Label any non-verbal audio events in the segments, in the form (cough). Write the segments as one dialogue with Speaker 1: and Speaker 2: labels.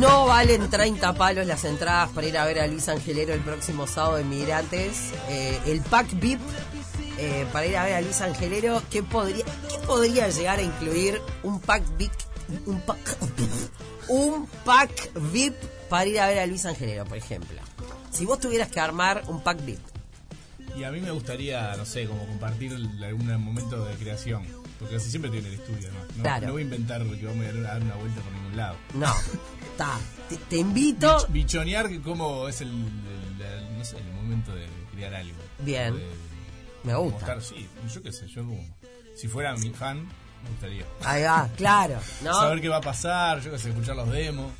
Speaker 1: Valen 30 palos las entradas para ir a ver a Luis Angelero el próximo sábado en Migrantes. Eh, el pack VIP eh, para ir a ver a Luis Angelero. ¿Qué podría, qué podría llegar a incluir un pack VIP? Un pack, un pack VIP para ir a ver a Luis Angelero, por ejemplo. Si vos tuvieras que armar un pack VIP.
Speaker 2: Y a mí me gustaría, no sé, como compartir el- algún momento de creación. Porque así siempre tiene el estudio, ¿no? No,
Speaker 1: Claro.
Speaker 2: no voy a inventar que vamos a ir a dar una vuelta por ningún lado.
Speaker 1: No, ta, te, te invito.
Speaker 2: Bich- bichonear que cómo es el, el- el- no sé, el momento de crear algo.
Speaker 1: Bien.
Speaker 2: De-
Speaker 1: Me gusta.
Speaker 2: mostrar, sí, yo qué sé, yo como, si fuera mi fan, me gustaría.
Speaker 1: Ahí va, claro. ¿no?
Speaker 2: Saber qué va a pasar, yo qué sé, escuchar los demos.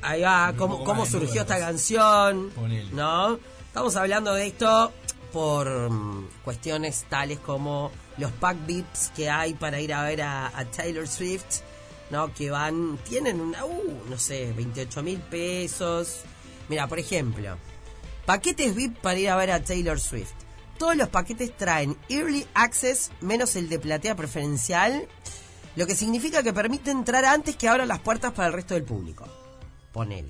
Speaker 1: Ahí va,
Speaker 2: Un
Speaker 1: cómo,
Speaker 2: poco
Speaker 1: cómo
Speaker 2: más de
Speaker 1: surgió
Speaker 2: dudas.
Speaker 1: esta canción,
Speaker 2: Ponele.
Speaker 1: ¿no? Estamos hablando de esto por mm, cuestiones tales como los pack vips que hay para ir a ver a, a Taylor Swift, ¿no? Que van, tienen una, uh, no sé, 28 mil pesos. Mira, por ejemplo, paquetes VIP para ir a ver a Taylor Swift. Todos los paquetes traen Early Access menos el de platea preferencial, lo que significa que permite entrar antes que abran las puertas para el resto del público. Ponele.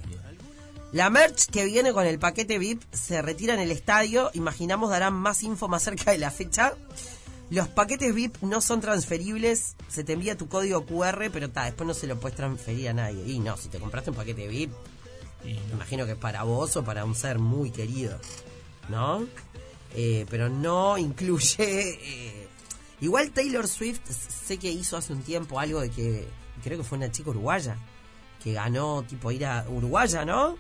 Speaker 1: La merch que viene con el paquete VIP se retira en el estadio. Imaginamos darán más info más cerca de la fecha. Los paquetes VIP no son transferibles. Se te envía tu código QR, pero ta, después no se lo puedes transferir a nadie. Y no, si te compraste un paquete VIP,
Speaker 2: Y
Speaker 1: me imagino que es para vos o para un ser muy querido, ¿no? Eh, pero no incluye... eh, Igual Taylor Swift sé que hizo hace un tiempo algo de que... Creo que fue una chica uruguaya, que ganó tipo ir a Uruguaya, ¿no?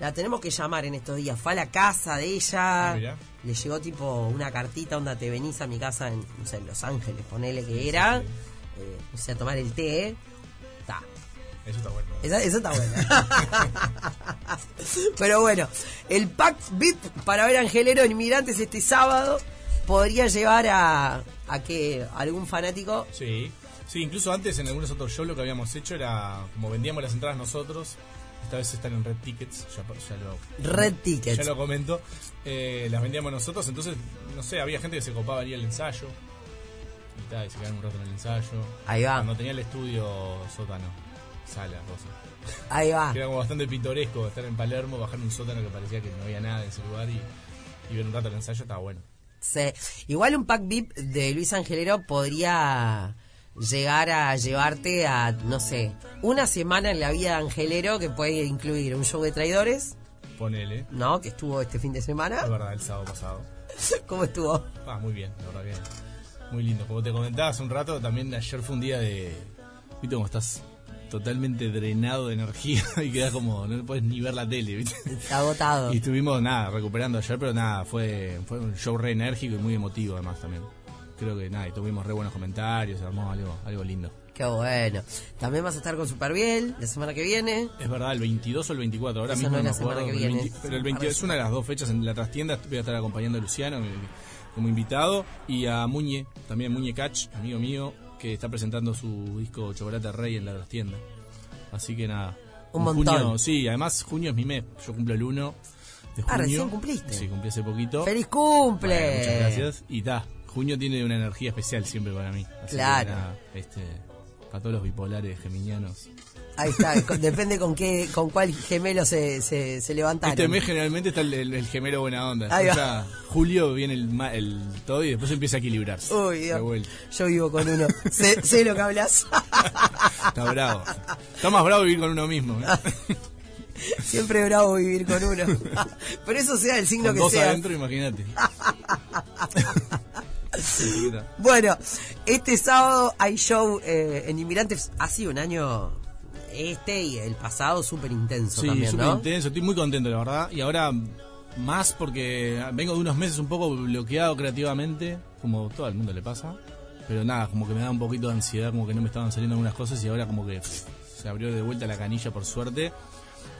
Speaker 1: La tenemos que llamar en estos días. Fue a la casa de ella.
Speaker 2: Ah, mirá.
Speaker 1: le llegó tipo una cartita, onda, te venís a mi casa en, no sé, en Los Ángeles, ponele que era. Eh, o sea, tomar el té. Ta,
Speaker 2: eso está bueno.
Speaker 1: esa, esa está buena. (laughs) Pero bueno, el pack VIP para ver a Angelero en Migrantes este sábado podría llevar a, a que algún fanático.
Speaker 2: Sí. Sí, incluso antes en algunos otros shows lo que habíamos hecho era como vendíamos las entradas nosotros. Esta vez están en Red Tickets, ya, ya lo
Speaker 1: Red
Speaker 2: ya
Speaker 1: Tickets.
Speaker 2: lo comento. Eh, las vendíamos nosotros, entonces no sé, había gente que se copaba ir al ensayo. Y tal, y se quedaron un rato en el ensayo.
Speaker 1: Ahí va.
Speaker 2: Cuando tenía el estudio sótano, sala, cosas.
Speaker 1: Ahí va.
Speaker 2: Era como bastante pintoresco estar en Palermo, bajar un sótano que parecía que no había nada en ese lugar y, y ver un rato el ensayo estaba bueno.
Speaker 1: Sí. Igual un pack VIP de Luis Angelero podría llegar a llevarte a, no sé, una semana en la vida de Angelero que puede incluir un show de traidores,
Speaker 2: Ponele.
Speaker 1: ¿no? Que estuvo este fin de
Speaker 2: La
Speaker 1: semana.
Speaker 2: verdad, el sábado pasado.
Speaker 1: (laughs) ¿Cómo estuvo?
Speaker 2: Ah, muy bien, la verdad bien. Muy lindo. Como te comentaba hace un rato, también ayer fue un día de. ¿Viste cómo estás? Totalmente drenado de energía (laughs) y quedas como. No puedes ni ver la tele, ¿viste?
Speaker 1: Agotado.
Speaker 2: Y estuvimos, nada, recuperando ayer, pero nada, fue, fue un show re enérgico y muy emotivo además también. Creo que nada, y tuvimos re buenos comentarios, armó algo, algo lindo.
Speaker 1: Qué bueno. También vas a estar con Superbiel la semana que viene.
Speaker 2: Es verdad, el 22 o el 24, ahora
Speaker 1: Eso
Speaker 2: mismo
Speaker 1: no es
Speaker 2: me
Speaker 1: la semana
Speaker 2: acuerdo,
Speaker 1: que
Speaker 2: pero el
Speaker 1: viene.
Speaker 2: 20 pero el 22 es una de las dos fechas en la trastienda, voy a estar acompañando a Luciano que- como invitado y a Muñe, también Muñe Cach, amigo mío, que está presentando su disco Chocolate Rey en la trastienda. Así que nada.
Speaker 1: Un
Speaker 2: en
Speaker 1: montón.
Speaker 2: Junio, sí, además junio es mi mes, yo cumplo el 1 de junio.
Speaker 1: Ah, recién cumpliste.
Speaker 2: Sí, cumplí hace poquito.
Speaker 1: ¡Feliz cumple!
Speaker 2: Bueno, muchas gracias. Y ta, junio tiene una energía especial siempre para mí. Así que
Speaker 1: Claro.
Speaker 2: nada, este, para todos los bipolares geminianos.
Speaker 1: Ahí está,
Speaker 2: (laughs)
Speaker 1: con- depende con qué, con cuál gemelo se, se, se levantaron.
Speaker 2: Este mes generalmente está el, el- el gemelo buena onda.
Speaker 1: Ahí va.
Speaker 2: O sea, julio viene el, ma- el todo y después empieza a equilibrarse.
Speaker 1: Uy,
Speaker 2: De
Speaker 1: Dios.
Speaker 2: vuelta.
Speaker 1: Yo vivo con uno. sé, sé lo que hablas. (laughs)
Speaker 2: Está bravo. Está más bravo vivir con uno mismo. ¿eh?
Speaker 1: Siempre es bravo vivir con uno. (laughs) Pero eso sea el signo
Speaker 2: Con
Speaker 1: que
Speaker 2: dos
Speaker 1: sea.
Speaker 2: adentro, imagínate.
Speaker 1: (laughs) Bueno, este sábado hay show eh, en Inmigrantes. Ha sido un año este y el pasado súper intenso
Speaker 2: Sí,
Speaker 1: también,
Speaker 2: súper
Speaker 1: ¿no?
Speaker 2: intenso. Estoy muy contento, la verdad. Y ahora más porque vengo de unos meses un poco bloqueado creativamente, como todo el mundo le pasa. Pero nada, como que me da un poquito de ansiedad, como que no me estaban saliendo algunas cosas y ahora como que pff, se abrió de vuelta la canilla por suerte.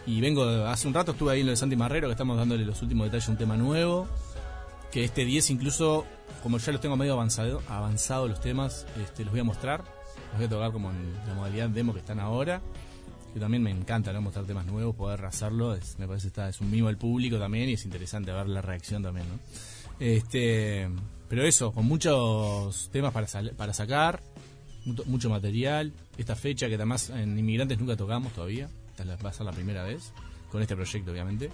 Speaker 2: Y vengo, de- hace un rato estuve ahí en lo de Santi Marrero, que estamos dándole los últimos detalles a un tema nuevo. Que este 10 incluso, como ya los tengo medio avanzado, avanzado los temas, este, los voy a mostrar. Los voy a tocar como en la modalidad demo que están ahora. Que también me encanta ¿no? mostrar temas nuevos, poder razarlo. es- me parece que está, es un mimo al público también y es interesante ver la reacción también. ¿no? Este, pero eso, con muchos temas para, sal- para sacar, mucho, mucho material. Esta fecha que además en Inmigrantes nunca tocamos todavía. esta es la- va a ser la primera vez, con este proyecto obviamente.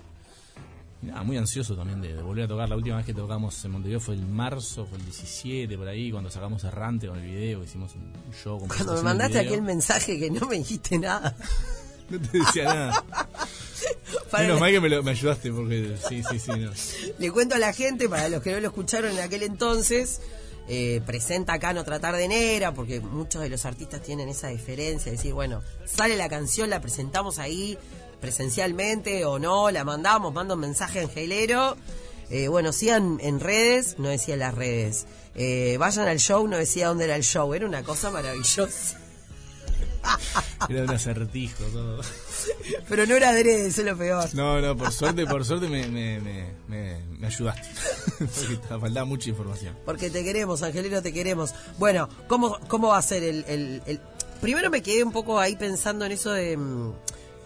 Speaker 2: Y Nada, muy ansioso también de, de volver a tocar. La última vez que tocamos en Montevideo fue el marzo, fue el 17, por ahí, cuando sacamos Errante con el video, hicimos un un show. con
Speaker 1: Cuando me
Speaker 2: presentación del
Speaker 1: mandaste
Speaker 2: video. (laughs)
Speaker 1: aquel mensaje que no me dijiste nada. (laughs)
Speaker 2: No te decía nada.
Speaker 1: Para
Speaker 2: Menos
Speaker 1: la-
Speaker 2: mal que me, lo- me ayudaste, porque sí, sí, sí. no.
Speaker 1: Le cuento a la gente, para los que no lo escucharon en aquel entonces, eh, presenta acá No Tratar de Negra, porque muchos de los artistas tienen esa diferencia, de decir, bueno, sale la canción, la presentamos ahí presencialmente o no, la mandamos, mando un mensaje a angelero. Eh, bueno, sigan en redes, no decía las redes. Eh, vayan al show, no decía dónde era el show, era una cosa maravillosa. (laughs)
Speaker 2: Era un acertijo todo.
Speaker 1: Pero no era adrede, eso es lo peor.
Speaker 2: No, no, por suerte, por suerte me, me, me, me, me ayudaste. (laughs) Porque te faltaba mucha información.
Speaker 1: Porque te queremos, Angelino, te queremos. Bueno, ¿cómo, cómo va a ser el, el- el- Primero me quedé un poco ahí pensando en eso de... mm,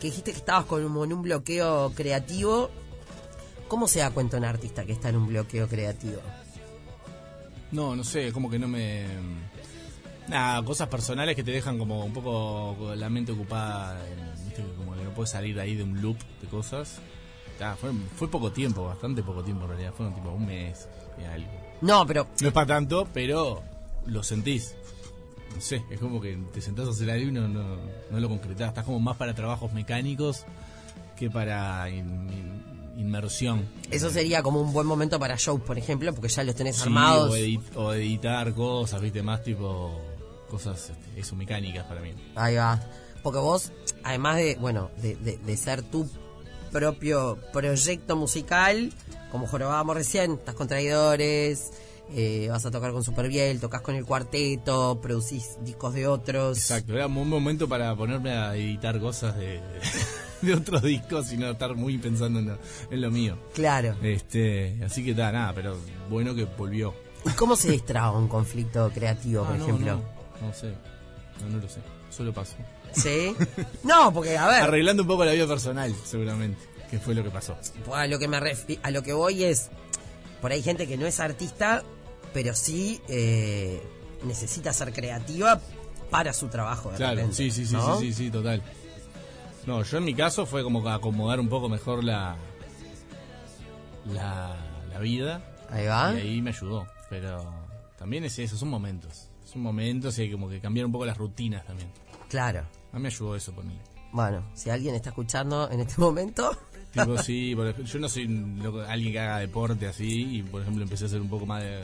Speaker 1: Que dijiste que estabas como en un bloqueo creativo. ¿Cómo se da cuenta un artista que está en un bloqueo creativo?
Speaker 2: No, no sé, como que no me. Nada, cosas personales que te dejan como un poco la mente ocupada. en- ¿viste? que Como que no puedes salir ahí de un loop de cosas. Ah, fue, fue poco tiempo, bastante poco tiempo en realidad. Fueron tipo un mes y algo.
Speaker 1: No, pero...
Speaker 2: No es para tanto, pero lo sentís. No sé, es como que te sentás a hacer algo y no, no, no lo concretás. Estás como más para trabajos mecánicos que para in- in- inmersión.
Speaker 1: Eso sería como un buen momento para shows, por ejemplo, porque ya los tenés
Speaker 2: Sí,
Speaker 1: armados.
Speaker 2: o, edit- o editar cosas, viste, más tipo cosas este, eso, mecánicas para mí.
Speaker 1: Ahí va. Porque vos, además de, bueno, de, de- de ser tu propio proyecto musical, como jorobábamos recién, estás con traidores, eh, vas a tocar con Superbiel, tocas con el cuarteto, producís discos de otros.
Speaker 2: Exacto, era un momento para ponerme a editar cosas de, (laughs) de otros discos y no estar muy pensando en lo, en lo mío.
Speaker 1: Claro.
Speaker 2: Este, así que da, nada, pero bueno que volvió.
Speaker 1: ¿Y cómo se destraba un conflicto creativo, por
Speaker 2: Ah, no,
Speaker 1: ejemplo?
Speaker 2: No, no sé. No, no lo sé. Solo pasó.
Speaker 1: ¿Sí? No, porque,
Speaker 2: (laughs)
Speaker 1: a ver,
Speaker 2: Arreglando un poco la vida personal, seguramente. Que fue lo que pasó.
Speaker 1: a lo que me refi- a lo que voy es por ahí gente que no es artista pero sí eh, necesita ser creativa para su trabajo de
Speaker 2: Claro,
Speaker 1: repente,
Speaker 2: sí, sí, sí,
Speaker 1: ¿no?
Speaker 2: sí, sí, sí, total. No, yo en mi caso fue como que acomodar un poco mejor la. la, la vida.
Speaker 1: ahí va
Speaker 2: Y ahí me ayudó. Pero también es eso, son momentos. Son momentos y hay como que cambiar un poco las rutinas también.
Speaker 1: claro
Speaker 2: A mí me ayudó eso por mí.
Speaker 1: bueno si alguien está escuchando en este momento (laughs)
Speaker 2: Tipo, sí, por ej- yo no soy un loco- alguien que haga deporte así, y por ejemplo empecé a hacer un poco más de.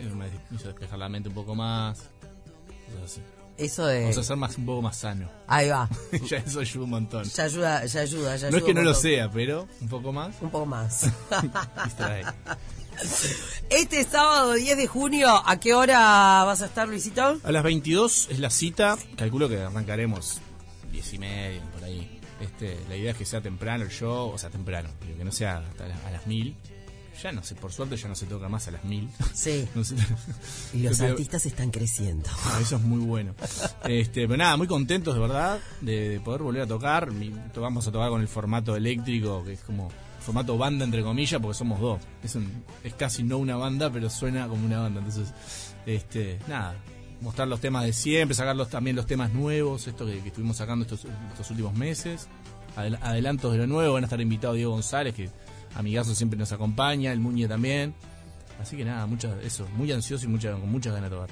Speaker 2: eso Me des- me hizo despejar la mente un poco más. cosas así.
Speaker 1: eso de
Speaker 2: Vamos a ser más, un poco más sano. (laughs)
Speaker 1: ahí va
Speaker 2: ya eso ayuda un montón.
Speaker 1: ya ayuda ya ayuda ya
Speaker 2: No es
Speaker 1: ayuda
Speaker 2: que
Speaker 1: un
Speaker 2: no lo
Speaker 1: montón.
Speaker 2: sea, pero un poco más.
Speaker 1: un poco más (laughs)
Speaker 2: distrae.
Speaker 1: este sábado 10 de junio a qué hora vas a estar Luisito
Speaker 2: A las 22 es la cita. Calculo que arrancaremos 10 y media, por ahí. Este, la idea es que sea temprano el show, o sea, temprano, pero que no sea hasta la- a las 1000. Ya no sé, por suerte ya no se toca más a las 1000.
Speaker 1: sí
Speaker 2: (laughs) No sé.
Speaker 1: y los
Speaker 2: Pero-
Speaker 1: artistas están creciendo
Speaker 2: Ah, eso es muy bueno. Este, pero nada, muy contentos de verdad de, de poder volver a tocar. Mi- to- Vamos a tocar con el formato eléctrico, que es como formato banda entre comillas, porque somos dos. Es, un- es casi no una banda, pero suena como una banda. Entonces, este, nada, mostrar los temas de siempre, sacar los- también los temas nuevos, esto que, que estuvimos sacando estos, estos últimos meses. Adel- adelantos de lo nuevo, van a estar invitados Diego González, que amigazo siempre nos acompaña, el Muñe también. Así que nada, muchas, eso, muy ansioso y mucha, con muchas ganas de tocar.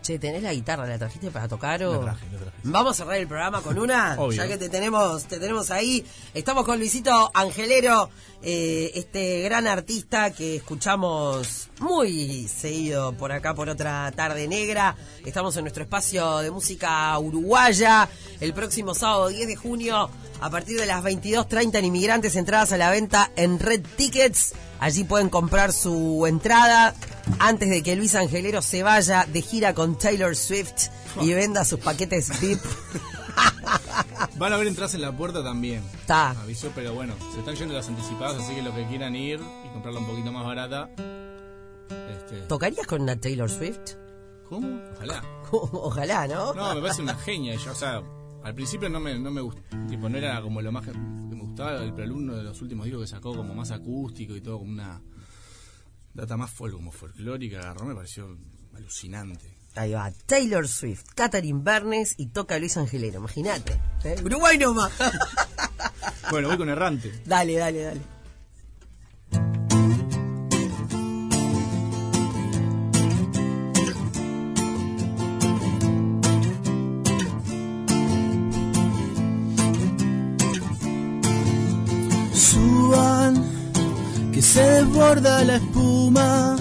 Speaker 1: Che, ¿tenés la guitarra? ¿La trajiste para tocar o...?
Speaker 2: La traje, la traje.
Speaker 1: Vamos a cerrar el programa con una,
Speaker 2: Obvio.
Speaker 1: ya que te tenemos, te tenemos ahí. Estamos con Luisito Angelero, eh, este gran artista que escuchamos muy seguido por acá por otra tarde negra. Estamos en nuestro espacio de música uruguaya. El próximo sábado 10 de junio, a partir de las 22.30 en Inmigrantes, entradas a la venta en Red Tickets. Allí pueden comprar su entrada antes de que Luis Angelero se vaya de gira con Taylor Swift y venda sus paquetes VIP.
Speaker 2: Van a haber entradas en la puerta también.
Speaker 1: Está.
Speaker 2: Aviso, pero bueno, se están yendo las anticipadas, así que los que quieran ir y comprarla un poquito más barata. Este,
Speaker 1: ¿Tocarías con una Taylor Swift? (laughs)
Speaker 2: ¿Cómo? Ojalá.
Speaker 1: Ojalá, ¿no?
Speaker 2: No, me parece una genia ella. O sea, al principio no me, no me gustó. Tipo, no era como lo más que que me gustaba. El prealumno de los últimos discos que sacó, como más acústico y todo, como una data más fol como folclórica, agarró, me pareció alucinante.
Speaker 1: Ahí va, Taylor Swift, Katherine Bernes y toca Luis Angelero, imagínate. ¿eh? Uruguay nomás.
Speaker 2: Bueno, voy con errante.
Speaker 1: (laughs) dale, dale, dale.
Speaker 3: Suban, que se desborda la espuma.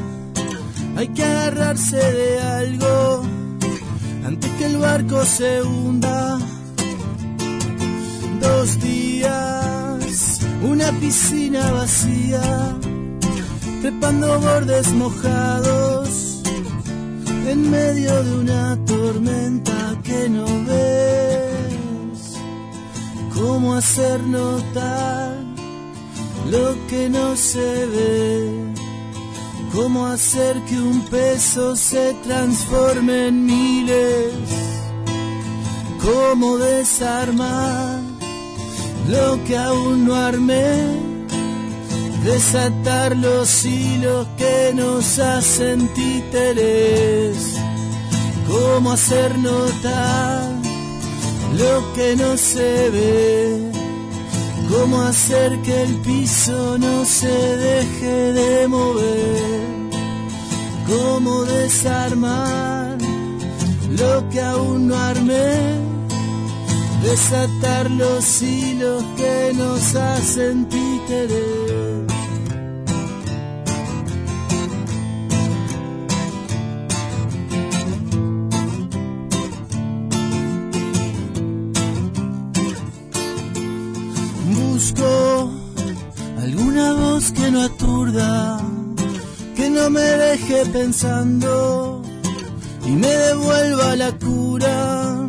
Speaker 3: Hay que agarrarse de algo antes que el barco se hunda. Dos días, una piscina vacía, trepando bordes mojados en medio de una tormenta que no ves. ¿Cómo hacer notar lo que no se ve? ¿Cómo hacer que un peso se transforme en miles? ¿Cómo desarmar lo que aún no armé? Desatar los hilos que nos hacen títeres. ¿Cómo hacer notar lo que no se ve? ¿Cómo hacer que el piso no se deje de mover? ¿Cómo desarmar lo que aún no armé? Desatar los hilos que nos hacen títeres. Busco alguna voz que no aturda, que no me deje pensando y me devuelva la cura.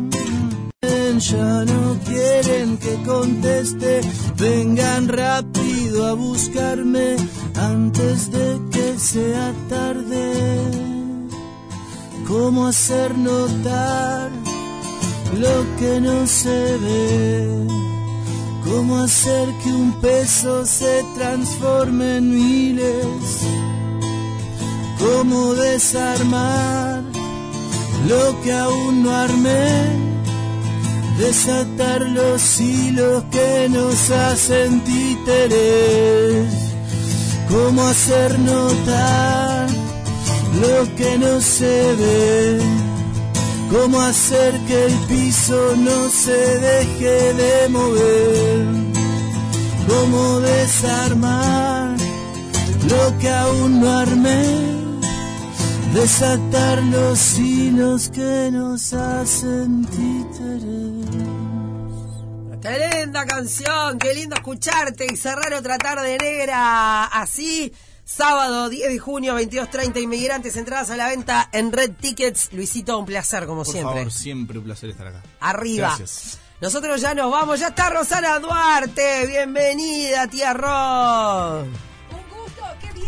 Speaker 3: Ya no quieren que conteste, vengan rápido a buscarme antes de que sea tarde. ¿Cómo hacer notar lo que no se ve? ¿Cómo hacer que un peso se transforme en miles? ¿Cómo desarmar lo que aún no armé? Desatar los hilos que nos hacen títeres. ¿Cómo hacer notar lo que no se ve? ¿Cómo hacer que el piso no se deje de mover? ¿Cómo desarmar lo que aún no armé? Desatar los hilos que nos hacen títeres.
Speaker 1: ¡Qué linda canción! ¡Qué lindo escucharte y cerrar otra tarde negra! Así, sábado 10 de junio, 22.30, inmigrantes, entradas a la venta en Red Tickets. Luisito, un placer como
Speaker 2: Por
Speaker 1: siempre. Ah.
Speaker 2: favor, siempre un placer estar acá.
Speaker 1: Arriba.
Speaker 2: Gracias.
Speaker 1: Nosotros ya nos vamos, ya está Rosana Duarte. Bienvenida, tía Ron.
Speaker 4: Un gusto, qué bien.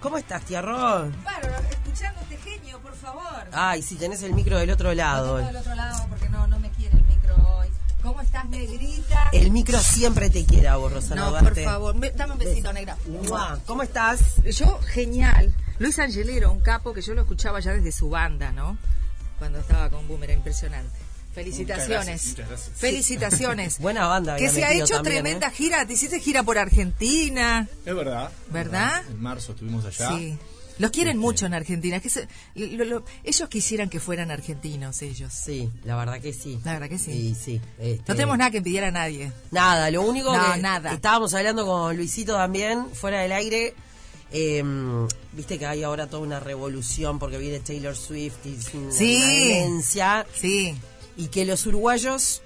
Speaker 1: ¿Cómo estás, tía Ron?
Speaker 4: Bárbaro, escuchándote genio, por favor.
Speaker 1: Ay, si tenés el micro del otro
Speaker 4: Todo
Speaker 1: lado.
Speaker 4: del otro lado porque no, no me quiere el micro hoy. ¿Cómo estás, negrita?
Speaker 1: El micro siempre te quiera vos, Rosana
Speaker 4: no, por
Speaker 1: Duarte.
Speaker 4: favor, me- dame un besito, negra.
Speaker 1: Mua. ¿Cómo estás?
Speaker 4: Yo, genial. Luis Angelero, un capo que yo lo escuchaba ya desde su banda, ¿no? Cuando estaba con Boomer, impresionante. Felicitaciones.
Speaker 2: Muchas gracias, muchas gracias.
Speaker 1: (laughs)
Speaker 4: Felicitaciones.
Speaker 1: Buena banda
Speaker 4: Que
Speaker 1: había
Speaker 4: se ha
Speaker 1: metido
Speaker 4: hecho
Speaker 1: también,
Speaker 4: tremenda
Speaker 1: ¿eh?
Speaker 4: gira. Te hiciste gira por Argentina.
Speaker 2: Es verdad.
Speaker 4: ¿Verdad?
Speaker 2: En marzo estuvimos allá.
Speaker 4: Sí. Los
Speaker 1: Este.
Speaker 4: quieren mucho en Argentina. que se- lo- lo- ellos quisieran que fueran argentinos, ellos.
Speaker 1: Sí, la verdad que sí.
Speaker 4: La verdad que sí.
Speaker 1: Y sí. este,
Speaker 4: No tenemos nada que envidiar a nadie.
Speaker 1: Nada, lo único
Speaker 4: No,
Speaker 1: que
Speaker 4: nada.
Speaker 1: estábamos hablando con Luisito también, fuera del aire. eh, Viste que hay ahora toda una revolución porque viene Taylor Swift y es una
Speaker 4: Sí.
Speaker 1: demencia,
Speaker 4: Sí.
Speaker 1: Y que los uruguayos,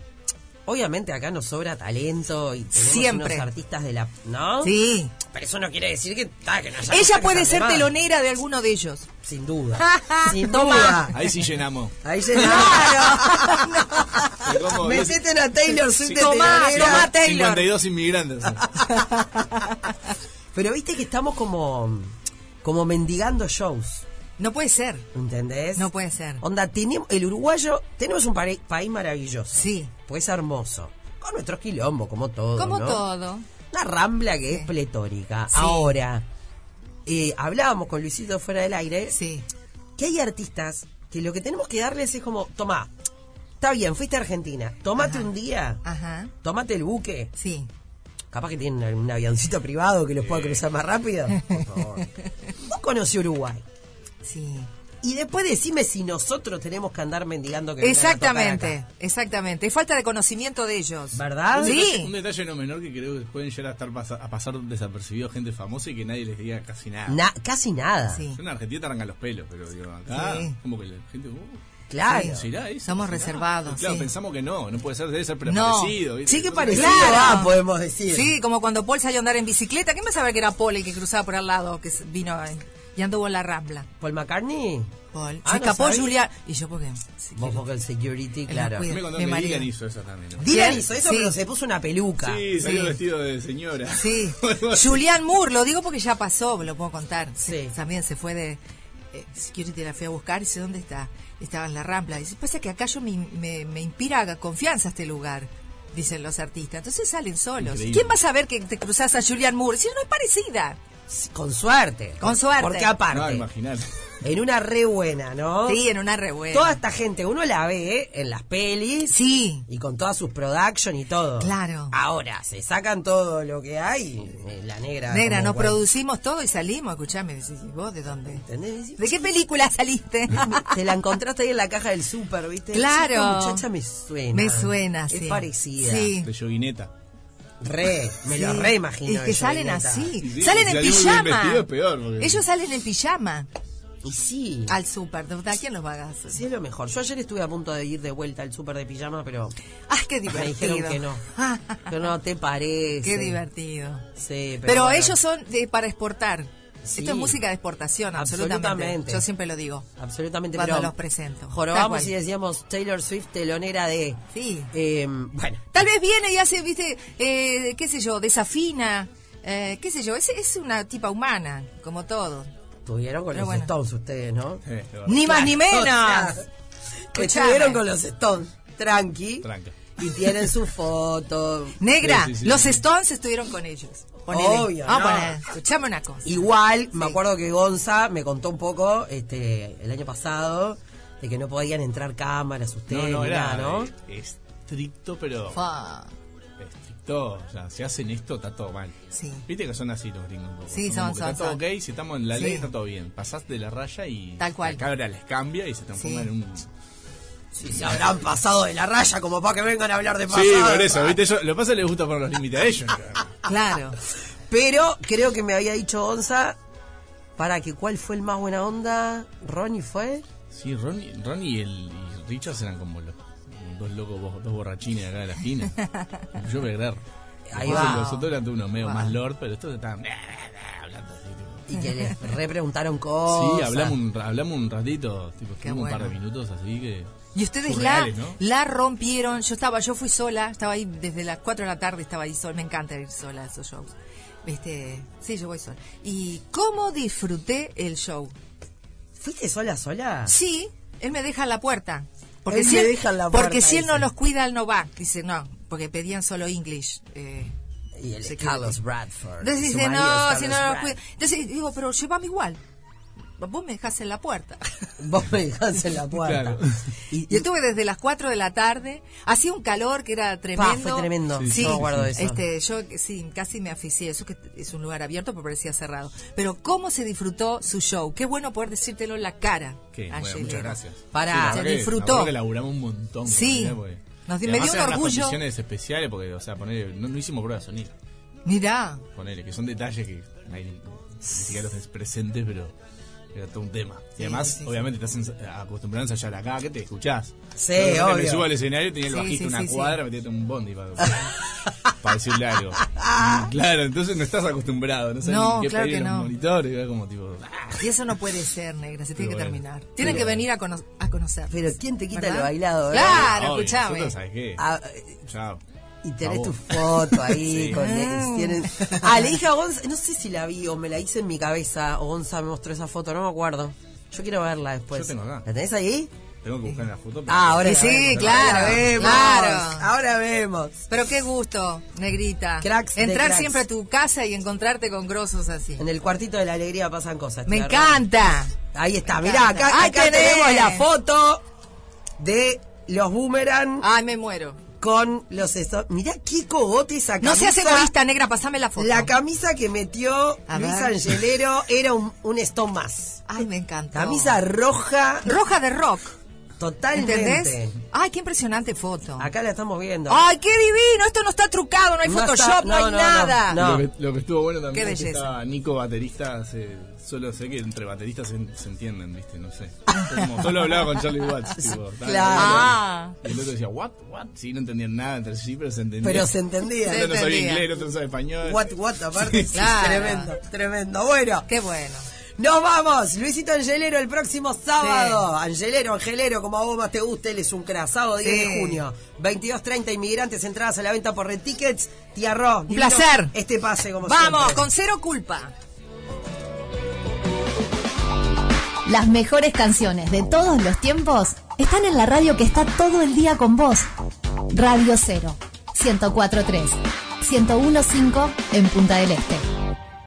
Speaker 1: obviamente acá nos sobra talento y tenemos
Speaker 4: Siempre.
Speaker 1: unos artistas de la. ¿No?
Speaker 4: Sí.
Speaker 1: Pero eso no quiere decir que, ah, que no haya cosas
Speaker 4: Ella
Speaker 1: que
Speaker 4: puede
Speaker 1: están
Speaker 4: ser
Speaker 1: de más.
Speaker 4: telonera de alguno de ellos.
Speaker 1: Sin
Speaker 4: (laughs)
Speaker 1: duda. Sin
Speaker 4: Toma.
Speaker 1: duda.
Speaker 2: Ahí sí llenamos.
Speaker 1: Ahí se Claro.
Speaker 2: ¿Y cómo?
Speaker 1: Metete una Taylor Swift de
Speaker 4: Tomá,
Speaker 1: telonera.
Speaker 4: tomá, Taylor.
Speaker 2: 52 inmigrantes.
Speaker 1: Pero viste que estamos como como mendigando shows,
Speaker 4: No puede ser.
Speaker 1: ¿entendés?
Speaker 4: No puede ser.
Speaker 1: Onda, tenemos el uruguayo, tenemos un pare- país maravilloso.
Speaker 4: Sí.
Speaker 1: Pues hermoso. Con nuestros quilombos, como todo.
Speaker 4: Como
Speaker 1: ¿no?
Speaker 4: todo.
Speaker 1: Una rambla que es pletórica.
Speaker 4: Sí.
Speaker 1: Ahora, eh, hablábamos con Luisito fuera del aire
Speaker 4: Sí.
Speaker 1: que hay artistas que lo que tenemos que darles es como, tomá, está bien, fuiste a Argentina, tómate
Speaker 4: Ajá.
Speaker 1: un día,
Speaker 4: Ajá.
Speaker 1: tómate el buque.
Speaker 4: Sí.
Speaker 1: Capaz que tienen un avioncito privado que los pueda cruzar más rápido. Por favor. Vos conocí Uruguay.
Speaker 4: Sí.
Speaker 1: Y después decime si nosotros tenemos que andar mendigando que vengan a tocar
Speaker 4: Exactamente,
Speaker 1: acá.
Speaker 4: exactamente. Es falta de conocimiento de ellos.
Speaker 1: ¿Verdad?
Speaker 2: Un
Speaker 4: Sí.
Speaker 2: detalle no menor que creo que pueden llegar a, estar pasa- a pasar desapercibido gente famosa y que nadie les diga casi nada.
Speaker 1: Na- casi nada.
Speaker 4: Sí.
Speaker 2: Yo en Argentina te arrancan los pelos, pero digo, acá
Speaker 4: Sí.
Speaker 2: como que la gente... uh,
Speaker 1: Claro. Sí,
Speaker 2: ¿será eso?
Speaker 4: Somos
Speaker 2: ¿Será?
Speaker 4: reservados,
Speaker 2: Claro,
Speaker 4: sí.
Speaker 2: pensamos que no, no puede ser, debe ser pero
Speaker 4: No.
Speaker 2: parecido. ¿viste?
Speaker 1: que
Speaker 2: Entonces,
Speaker 1: parecido
Speaker 4: Claro.
Speaker 1: ah, podemos decir.
Speaker 4: Sí, como cuando Paul salió a andar en bicicleta. ¿Quién va a saber que era Paul el que cruzaba por al lado, que s- vino eh, y anduvo en la rambla?
Speaker 1: Paul McCartney.
Speaker 4: Paul.
Speaker 1: Ah,
Speaker 4: Se
Speaker 1: no
Speaker 4: escapó
Speaker 1: sabía.
Speaker 4: Julián. ¿Y yo por qué? Sí,
Speaker 1: Vos porque el security, claro.
Speaker 4: cuida.
Speaker 2: Me
Speaker 4: Me
Speaker 2: contaron que
Speaker 4: mareo.
Speaker 2: Dylan hizo eso también. ¿no?
Speaker 1: Dylan
Speaker 4: Sí.
Speaker 1: hizo eso,
Speaker 4: Sí.
Speaker 1: pero se puso una peluca.
Speaker 2: Sí, salió
Speaker 4: Sí.
Speaker 2: vestido de señora. (laughs)
Speaker 1: (laughs)
Speaker 4: Sí.
Speaker 2: Algo así.
Speaker 4: Julián Moore, lo digo porque ya pasó, lo puedo contar.
Speaker 1: Sí.
Speaker 4: También se fue de eh, Security, la fui a buscar y dice, ¿dónde está? Estaba en la Rambla. Dice, pasa que acá yo me, me- me inspira confianza este lugar, dicen los artistas. Entonces salen solos.
Speaker 2: Increíble.
Speaker 4: ¿Quién va a saber que te cruzás a Julián Moore? Si no es parecida.
Speaker 1: Con suerte.
Speaker 4: Con suerte.
Speaker 1: Porque
Speaker 2: No,
Speaker 1: aparte,
Speaker 2: imaginar.
Speaker 1: en una re buena, ¿no?
Speaker 4: Sí, en una revuelta.
Speaker 1: Toda esta gente, uno la ve en las pelis.
Speaker 4: Sí.
Speaker 1: Y con todas sus production y todo.
Speaker 4: Claro.
Speaker 1: Ahora, se sacan todo lo que hay. eh, La negra.
Speaker 4: Negra,
Speaker 1: como
Speaker 4: nos
Speaker 1: cual-
Speaker 4: producimos todo y salimos. Escuchame, decís, ¿y vos de dónde?
Speaker 1: ¿Entendés? "Ah,
Speaker 4: ¿De qué
Speaker 1: (laughs)
Speaker 4: película saliste?
Speaker 1: Te la encontraste ahí en la caja del súper, ¿viste?
Speaker 4: Claro.
Speaker 1: Esta muchacha me suena.
Speaker 4: Me suena,
Speaker 1: Es
Speaker 4: sí.
Speaker 1: parecida.
Speaker 4: Sí.
Speaker 2: De yoguineta.
Speaker 1: Re, me lo
Speaker 4: Sí.
Speaker 1: re imagino.
Speaker 4: Y que
Speaker 1: de
Speaker 4: salen
Speaker 1: Julieta.
Speaker 4: así.
Speaker 2: Sí, sí,
Speaker 4: salen
Speaker 2: si
Speaker 4: en
Speaker 2: alguien viene vestido
Speaker 4: pijama.
Speaker 2: es peor, porque-
Speaker 4: Ellos salen en pijama
Speaker 1: Y sí.
Speaker 4: al súper. ¿A quién los pagas?
Speaker 1: Sí, es lo mejor. Yo ayer estuve a punto de ir de vuelta al súper de pijama, pero
Speaker 4: Ah, qué
Speaker 1: me
Speaker 4: divertido. Ah,
Speaker 1: dijeron que no.
Speaker 4: (laughs)
Speaker 1: Que no te parece.
Speaker 4: qué divertido.
Speaker 1: Sí, pero,
Speaker 4: Pero,
Speaker 1: bueno,
Speaker 4: ellos son de- para exportar.
Speaker 1: Sí.
Speaker 4: Esto es música de exportación, absolutamente.
Speaker 1: Absolutamente.
Speaker 4: Yo siempre lo digo.
Speaker 1: Absolutamente.
Speaker 4: Cuando
Speaker 1: pero
Speaker 4: los presento. Tal
Speaker 1: Jorobamos
Speaker 4: cual.
Speaker 1: y decíamos Taylor Swift, telonera de...
Speaker 4: Sí.
Speaker 1: eh, bueno,
Speaker 4: Tal vez viene y hace, viste, eh, qué sé yo, desafina, eh, qué sé yo. Es, es una tipa humana, como todo.
Speaker 1: estuvieron con
Speaker 4: Pero
Speaker 1: los
Speaker 4: bueno.
Speaker 1: Stones ustedes, ¿no?
Speaker 2: Eh, de verdad.
Speaker 4: Ni más ni
Speaker 1: Claro,
Speaker 4: menos.
Speaker 1: o sea,
Speaker 4: Escuchame.
Speaker 1: estuvieron con los Stones, tranqui.
Speaker 2: Tranca.
Speaker 1: Y tienen su foto.
Speaker 4: Negra,
Speaker 2: Sí, sí, sí,
Speaker 4: los
Speaker 2: sí.
Speaker 4: Stones estuvieron con ellos. Ponele.
Speaker 1: Obvio,
Speaker 4: Vamos a
Speaker 1: no.
Speaker 4: poner, escuchame una cosa.
Speaker 1: (laughs) Igual, me acuerdo que Gonza me contó un poco este el año pasado de que no podían entrar cámaras ustedes,
Speaker 2: No, no,
Speaker 1: ni nada,
Speaker 2: era
Speaker 1: ¿no?
Speaker 2: eh, estricto, pero
Speaker 4: Fa.
Speaker 2: estricto. O sea, si hacen esto, está todo mal.
Speaker 4: Sí.
Speaker 2: Viste que son así los gringos. un poco.
Speaker 4: Sí,
Speaker 2: como
Speaker 4: son,
Speaker 2: que
Speaker 4: son,
Speaker 2: Está todo
Speaker 4: son.
Speaker 2: ok, si estamos en la
Speaker 4: Sí.
Speaker 2: ley, está todo bien. Pasás de la raya y
Speaker 4: Tal cual.
Speaker 2: la cabra les cambia y se transforma
Speaker 4: Sí.
Speaker 2: en un...
Speaker 1: Si se habrán pasado de la raya como para que vengan a hablar de pasado.
Speaker 2: Sí, por eso, ¿viste? Yo- lo que pasa es que les gusta poner los límites a ellos.
Speaker 4: Claro.
Speaker 1: Pero creo que me había dicho Gonza para que cuál fue el más buena onda, Ronnie fue.
Speaker 2: Sí, Ron, y- Ron y, el, y Richards eran como los, dos locos, bo- dos borrachines acá de la
Speaker 4: (laughs)
Speaker 2: esquina. Yo me creer.
Speaker 1: Ahí
Speaker 2: Después
Speaker 1: va.
Speaker 2: Los otros eran unos medio
Speaker 4: Wow.
Speaker 2: más lord, pero estos estaban hablando así. Tipo.
Speaker 1: Y que
Speaker 2: (laughs)
Speaker 1: le repreguntaron
Speaker 2: Sí,
Speaker 1: cosas.
Speaker 2: hablamos un, ra- hablamos un ratito, tipo, estuvimos un par de
Speaker 4: bueno.
Speaker 2: minutos así que...
Speaker 4: Y ustedes la,
Speaker 2: Surreales, ¿no?
Speaker 4: la rompieron. Yo estaba, yo fui sola, estaba ahí desde las 4 de la tarde, estaba ahí sola. Me encanta ir sola a esos shows. Este, sí, yo voy sola. ¿Y cómo disfruté el show?
Speaker 1: ¿Fuiste sola sola?
Speaker 4: Sí, él me deja en la puerta. Porque
Speaker 1: Él
Speaker 4: si
Speaker 1: me
Speaker 4: él,
Speaker 1: deja en la
Speaker 4: porque
Speaker 1: puerta,
Speaker 4: si él no
Speaker 1: dice.
Speaker 4: los cuida, él no va. Dice, no, porque pedían solo English. Eh,
Speaker 1: Y el
Speaker 4: Sí,
Speaker 1: Carlos
Speaker 4: sí.
Speaker 1: Bradford.
Speaker 4: Entonces
Speaker 1: su
Speaker 4: dice,
Speaker 1: marido
Speaker 4: no,
Speaker 1: es
Speaker 4: si
Speaker 1: Carlos
Speaker 4: no lo
Speaker 1: Brad-
Speaker 4: cuido. Entonces digo, pero llévame igual. Vos me dejás en la
Speaker 1: (laughs)
Speaker 4: puerta.
Speaker 1: Vos me dejás en
Speaker 2: (laughs)
Speaker 1: la puerta.
Speaker 2: Claro.
Speaker 1: Y,
Speaker 4: Y estuve desde las 4 de la tarde. Hacía un calor que era tremendo.
Speaker 1: fue tremendo.
Speaker 4: Sí,
Speaker 1: Sí, yo me acuerdo de eso.
Speaker 4: Este, yo sí, casi me aficié. Eso que es un lugar abierto, pero parecía cerrado. Pero cómo se disfrutó su show. Qué bueno poder decírtelo en la cara.
Speaker 2: que bueno,
Speaker 4: Angelero.
Speaker 2: muchas gracias.
Speaker 1: Pará,
Speaker 2: Sí, la
Speaker 4: se
Speaker 2: verdad que-
Speaker 4: disfrutó.
Speaker 2: la verdad que laburamos un montón.
Speaker 4: Sí.
Speaker 2: mirá, porque-
Speaker 4: Nos-
Speaker 2: y
Speaker 4: me
Speaker 2: además
Speaker 4: dio un
Speaker 2: eran unas
Speaker 4: orgullo.
Speaker 2: condiciones especiales porque, o sea, poner, no, no hicimos pruebas de sonido.
Speaker 4: Mirá.
Speaker 2: Ponele, que son detalles que nadie- ni siquiera los des- presentes, pero era todo un tema. y además,
Speaker 4: sí, sí.
Speaker 2: obviamente, estás ensa- acostumbrado a ensayar acá, que te escuchás.
Speaker 1: Sí,
Speaker 2: Entonces,
Speaker 1: obvio.
Speaker 2: Me subo al escenario, tenía el
Speaker 4: Sí,
Speaker 2: bajista
Speaker 4: sí,
Speaker 2: una
Speaker 4: sí, sí.
Speaker 2: cuadra, metete un bondi para, para decirle
Speaker 4: (laughs)
Speaker 2: algo. Y claro, entonces no estás acostumbrado, no sabes
Speaker 4: No,
Speaker 2: ni qué
Speaker 4: claro
Speaker 2: pedir
Speaker 4: que
Speaker 2: en
Speaker 4: no.
Speaker 2: los monitores, era como tipo... "Ah".
Speaker 4: Y eso no puede ser, negra. Se tiene
Speaker 2: Pero
Speaker 4: que
Speaker 2: bueno.
Speaker 4: terminar. Tienen que venir a, cono- a conocer.
Speaker 1: Pero ¿quién te quita
Speaker 4: ¿Verdad?
Speaker 1: lo bailado? eh?
Speaker 4: Claro,
Speaker 2: Obvio,
Speaker 4: escuchame.
Speaker 2: nosotros, ¿sabes qué?
Speaker 1: Ah,
Speaker 2: Chao.
Speaker 1: y tenés
Speaker 2: A
Speaker 1: tu
Speaker 2: vos. (laughs)
Speaker 1: foto ahí.
Speaker 2: Sí.
Speaker 1: con el- tienen-
Speaker 2: (laughs)
Speaker 1: Ah, le dije a Gonza, no sé si la vi o me la hice en mi cabeza, o Gonza me mostró esa foto, no me acuerdo. Yo quiero verla después.
Speaker 2: Yo tengo acá.
Speaker 1: ¿La tenés ahí?
Speaker 2: Tengo que buscar en la foto. pero-
Speaker 1: Ah, ahora
Speaker 4: Y
Speaker 1: la
Speaker 4: sí,
Speaker 1: vemos,
Speaker 4: claro,
Speaker 1: ahora la vemos.
Speaker 4: claro.
Speaker 1: Ahora volvemos.
Speaker 4: Pero qué gusto, negrita.
Speaker 1: Cracks de
Speaker 4: Entrar
Speaker 1: cracks.
Speaker 4: siempre a tu casa y encontrarte con grosos así.
Speaker 1: En el cuartito de la alegría pasan cosas.
Speaker 4: Me
Speaker 1: tía
Speaker 4: encanta.
Speaker 1: Ron. Ahí está,
Speaker 4: Me
Speaker 1: mirá,
Speaker 4: encanta.
Speaker 1: acá,
Speaker 4: Ahí
Speaker 1: acá
Speaker 4: tenés.
Speaker 1: tenemos la foto de los boomerang
Speaker 4: Ay, me muero.
Speaker 1: con los... esto- Mirá, Kiko Gote esa
Speaker 4: No seas
Speaker 1: camisa-
Speaker 4: egoísta, negra, pasame la foto.
Speaker 1: La camisa que metió
Speaker 4: A
Speaker 1: Luis
Speaker 4: ver.
Speaker 1: Angelero era un, un stone más.
Speaker 4: Ay, me encanta.
Speaker 1: Camisa roja
Speaker 4: roja de rock,
Speaker 1: totalmente.
Speaker 4: ¿entendés? Ah. Ay, qué impresionante foto.
Speaker 1: Acá la estamos viendo.
Speaker 4: Ay, qué divino, esto no está trucado, no hay
Speaker 1: No
Speaker 4: Photoshop,
Speaker 1: está-
Speaker 4: no, hay
Speaker 1: no, no,
Speaker 4: nada.
Speaker 1: no.
Speaker 2: Lo, que, lo que estuvo bueno también
Speaker 4: Qué
Speaker 2: es que
Speaker 4: belleza.
Speaker 2: estaba Nico baterista, se- solo sé que entre bateristas se, se entienden, ¿viste? No sé. Como solo hablaba con
Speaker 1: (laughs)
Speaker 2: Charlie Watts, tipo. tal,
Speaker 1: Claro.
Speaker 4: Ah.
Speaker 2: tal. Y el otro decía, what, what? Sí, no entendían nada entre sí, pero se entendían.
Speaker 1: Pero se entendía.
Speaker 2: (laughs)
Speaker 4: Sí.
Speaker 2: Uno no sabía
Speaker 4: entendía.
Speaker 2: inglés, el otro no sabía español.
Speaker 1: What, what, aparte. sí,
Speaker 4: Claro.
Speaker 1: Tremendo, tremendo. Bueno,
Speaker 4: Qué bueno.
Speaker 1: nos vamos. Luisito Angelero el próximo sábado. Angelero, Angelero, como a vos más te guste, él es un crasado 10
Speaker 4: Sí.
Speaker 1: de junio. 22.30 inmigrantes, entradas a la venta por Red Tickets. Tía Ro,
Speaker 4: Un
Speaker 1: dinos
Speaker 4: placer.
Speaker 1: Este pase, como
Speaker 4: Vamos,
Speaker 1: siempre.
Speaker 4: con cero culpa.
Speaker 5: Las mejores canciones de todos los tiempos están en la radio que está todo el día con vos. Radio 0, 104.3, 101.5 en Punta del Este.